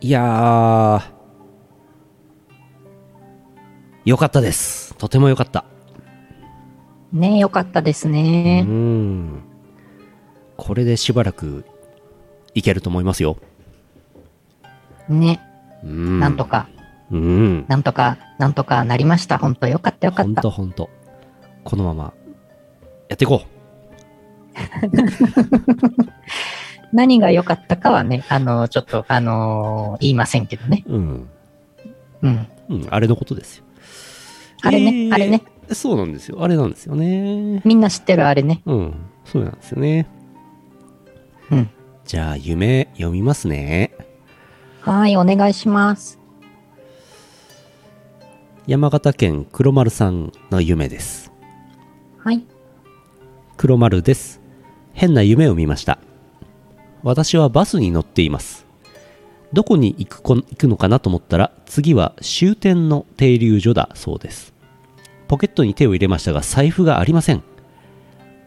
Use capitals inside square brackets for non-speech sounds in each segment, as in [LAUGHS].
いやー、よかったです。とてもよかった。ねよかったですうね。ん。これでしばらくいけると思いますよ。ね、うん。なんとか、うん。なんとか、なんとかなりました。本当よかったよかほっんとた。ほんと。このまま、やっていこう。何が良かったかはね、あの、ちょっと、あのー言いませんけどね。うん。うん。うん、あれのことですよ。あれねえーあれね。そうなんですよ。あれなんですよね。みんな知ってるあれね。うん。そうなんですよね。うん。じゃあ、夢読みますね。はい、お願いします。山形県黒丸さんの夢です。はい。黒丸です。変な夢を見ました。私はバスに乗っています。どこに行くこ行くのかなと思ったら、次は終点の停留所だそうです。ポケットに手を入れましたが、財布がありません。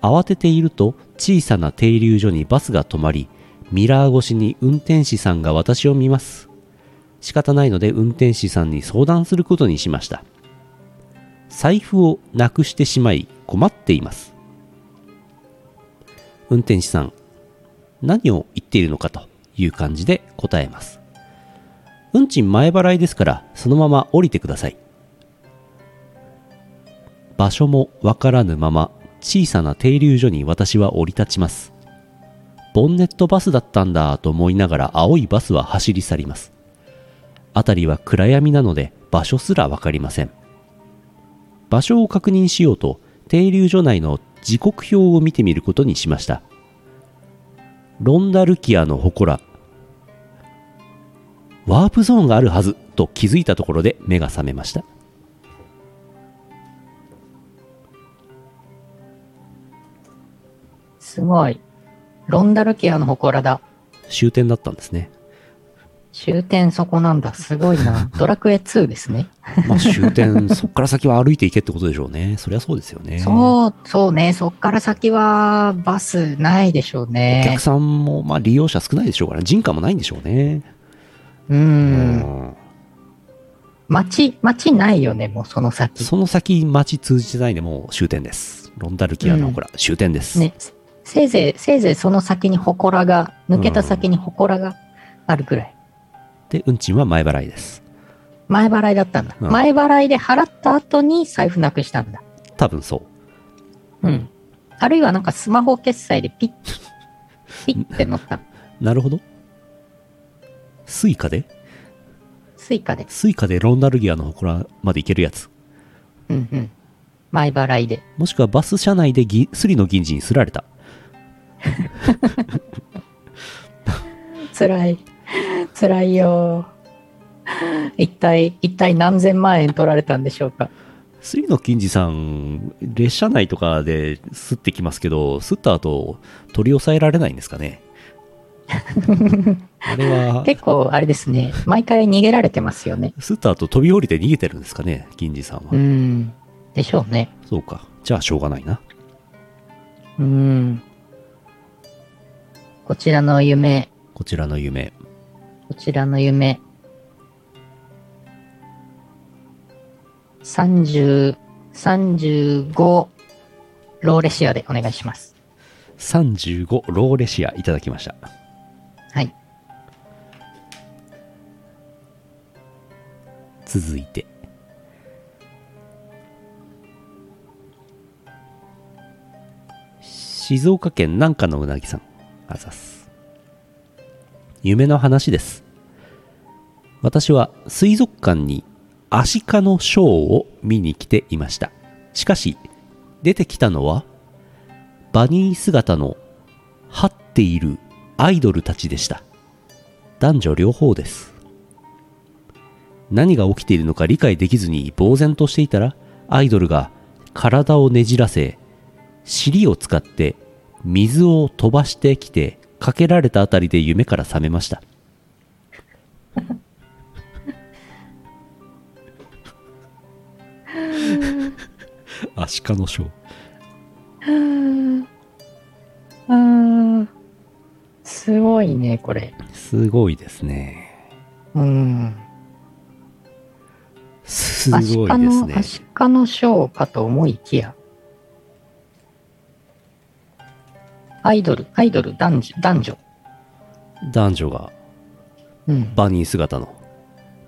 慌てていると、小さな停留所にバスが止まり、ミラー越しに運転士さんが私を見ます。仕方ないので運転士さんに相談することにしました。財布をなくしてしまい困っています。運転手さん何を言っているのかという感じで答えます運賃前払いですからそのまま降りてください場所もわからぬまま小さな停留所に私は降り立ちますボンネットバスだったんだと思いながら青いバスは走り去ります辺りは暗闇なので場所すらわかりません場所を確認しようと停留所内の時刻表を見てみることにしましたロンダルキアの祠ワープゾーンがあるはずと気づいたところで目が覚めましたすごい。ロンダルキアの祠だ。終点だったんです [LAUGHS] ね終点そこなんだ。すごい [LAUGHS] な。ドラクエ2ですね。まあ終点そっから先は歩いていけってことでしょうね [LAUGHS] そりゃそうですよねうそう、そうね。そっから先はバスないでしょうおね客。さんもまあ利用者少ないでしょうから人家もないんでしょうねう。うん街、街ないよね、もうその先。その先町通じてないでもう終点ですロンダルキアの祠、終点です、ね。せいぜい、せいぜいその先に祠が、抜けた先に祠があるくらい。で運賃は前払いです前払いだったんだ。うん前払いで払った後に財布なくしたんだ。多分そううん。あるいはなんかスマホ決済でピッ、ピッって乗った。なるほど。スイカでスイカで。スイカでロンダルギアの祠まで行けるやつ。うんうん。前払いで。もしくはバス車内でぎスリの銀次にすられた。辛い。辛いよ。一体、一体何千万円取られたんでしょうか。スリの銀次さん、列車内とかで吸ってきますけど、吸った後、取り押さえられないんですかねあれは、結構あれですね。毎回逃げられてますよね。吸った後飛び降りて逃げてるんですかね銀次さんは。うん。でしょうね。そうか。じゃあしょうがないな。うん。こちらの夢、こちらの夢。こちらの夢。30、35ローレシアでお願いします。 35ローレシアいただきました。はい。続いて静岡県南下のうなぎさんあざっす夢の話です私は水族館にアシカのショーを見に来ていましたしかし出てきたのはバニー姿の張っているアイドルたちでした男女両方です何が起きているのか理解できずに呆然としていたらアイドルが体をねじらせ尻を使って水を飛ばしてきてかけられたあたりで夢から覚めましたアシカのショーうん。すごいね、これ。すごいですねうん。すごアいでシカすの、ねア。シカのショーかと思いきや。アイドル、アイドル、男女、男女。男女がうん。バニー姿の、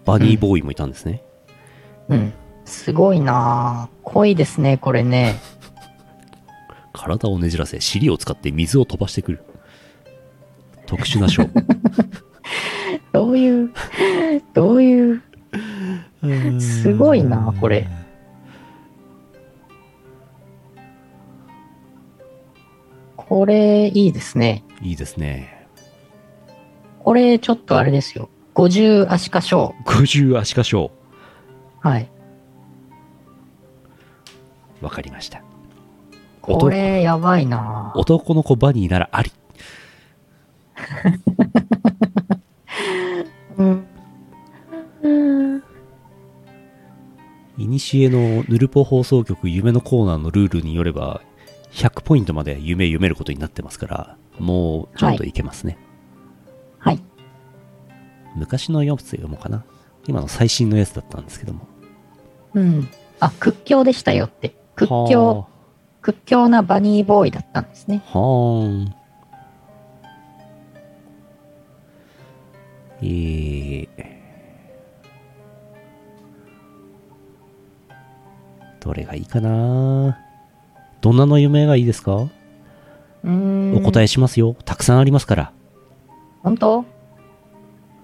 バニーボーイもいたんですね。うん。すごいなぁ。濃いですね、これね。体をねじらせ、尻を使って水を飛ばしてくる。特殊なショー。どういう、 [LAUGHS] どういう、すごいなこれ。これいいですね。いいですね。これちょっとあれですよ。50アシカショー。 50アシカショはい。ー。わかりました。これやばいなぁ。男の子バニーならあり。うん。うんいにしえのヌルポ放送局夢のコーナーのルールによれば、100ポイントまで夢読めることになってますから、もうちょっといけますね。はい。昔のやつ読もうかな。今の最新のやつだったんですけども。うん。あ、屈強でしたよって。屈強、屈強なバニーボーイだったんですね。はーん。えー。どれがいいかなどんなの夢がいいですかうーん。お答え。えしますよ。たくさんありますから。本当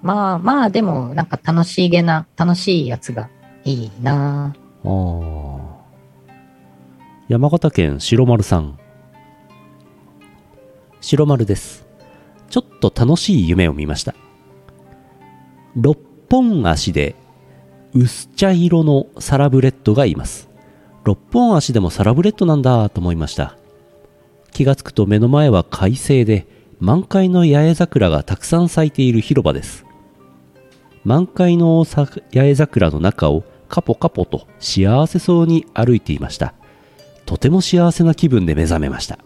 まあまあ、でも、なんか楽しげな、楽しいやつがいいなあぁ。ー山形県白丸さん白丸ですちょっと楽しい夢を見ました六本足で薄茶色のサラブレッドがいます六本足でもサラブレッドなんだと思いました気がつくと目の前は快晴で満開の八重桜がたくさん咲いている広場です満開のさ八重桜の中をカポカポと幸せそうに歩いていましたとても幸せな気分で目覚めました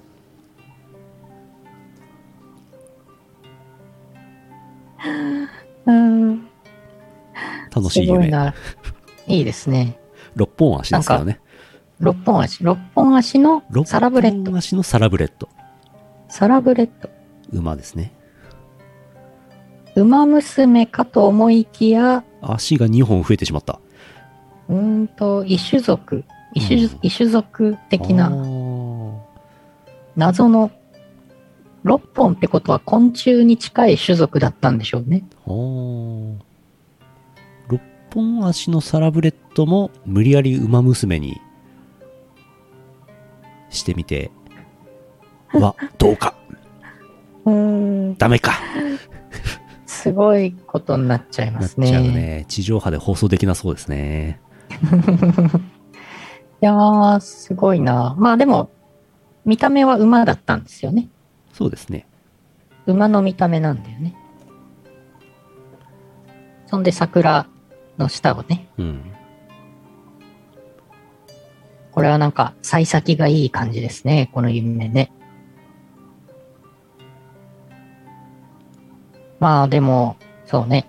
うん。楽しいすごい夢な。いいですね。六本足ですからね六本足。六本足の六サラブレッド本。足のサラブレッドサラブレッド。馬ですね馬娘かと思いきや、足が2本増えてしまったうーんと、異種族、異種,、うん異種族的あなー謎の、六本ってことは昆虫に近い種族だったんでしょうね。あー六本足のサラブレッドも無理やり馬娘にしてみ [LAUGHS] てはどうかうーん、ダメかすごいことになっちゃいまなっすちね。ゃうね地上波で放送できなそうですねいやー、すごいな。まあでも、見た目は馬だったんですよね。そうですね馬の見た目なんだよね。そんで桜の下をね、うんこれはなんか幸先がいい感じですね、この夢ね。まあでも、そうね。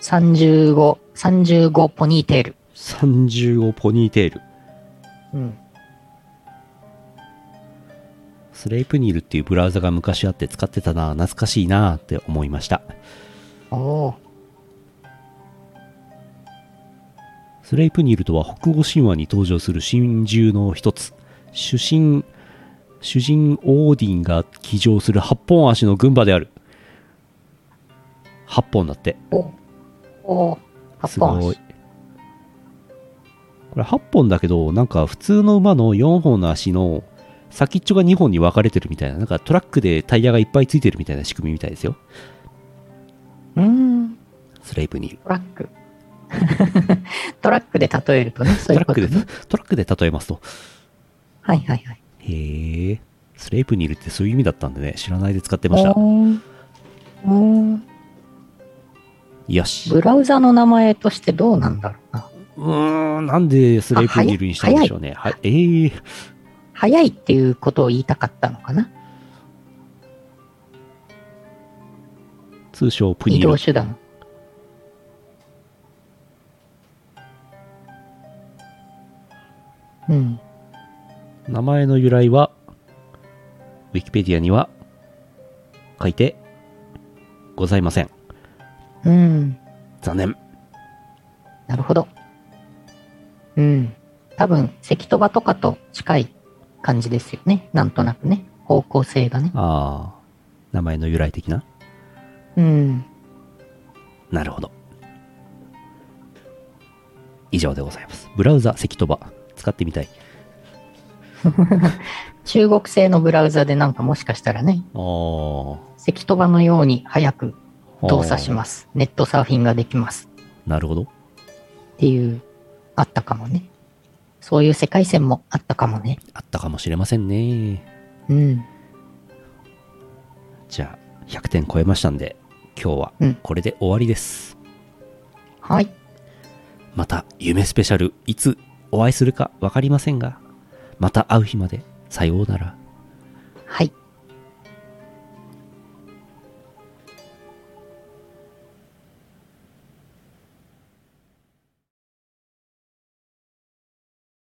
35、35ポニーテール。 30をポニーテールうん。スレイプニールっていうブラウザが昔あって使ってたな懐かしいなって思いましたおおスレイプニールとは北欧神話に登場する神獣の一つ主神主人オーディンが騎乗する八本足の群馬である八本だってー。おおーす八本ごい足。これ8本だけどなんか普通の馬の4本の足の先っちょが2本に分かれてるみたいななんかトラックでタイヤがいっぱいついてるみたいな仕組みみたいですようーん。スレイプニールトラック。 [LAUGHS] トラックで例えるとね、そトういラうッこクとでね。トラックで例えますとはいはいはい。へえスレイプニールってそういう意味だったんでね知らないで使ってましたおーおーよしブラウザの名前としてどうなんだろうな。うーんなんでスレイプニールにしたんでしょうねはいえー、早いっていうことを言いたかったのかな。通称プ移ニー動ル手段。うん。名前の由来は、ウィキペディアには書いてございません。うん。残念。なるほど。うん。多分、関戸場とかと近い感じですよね。なんとなくね。方向性がね。ああ、名前の由来的なうん。なるほど。以上でございます。ブラウザ関とば使ってみたい。中国製のブラウザでなんかもしかしたらね、あー関戸場のように早く動作します。ネットサーフィンができます。なるほど。っていう、あったかもね。そういう世界線もあったかもね。あったかもしれませんね。うん。じゃあ、100点超えましたんで、今日はうんこれで終わりです。はい。また、夢スペシャル、いつお会いするかわかりませんが、また会う日まで、さようなら。はい。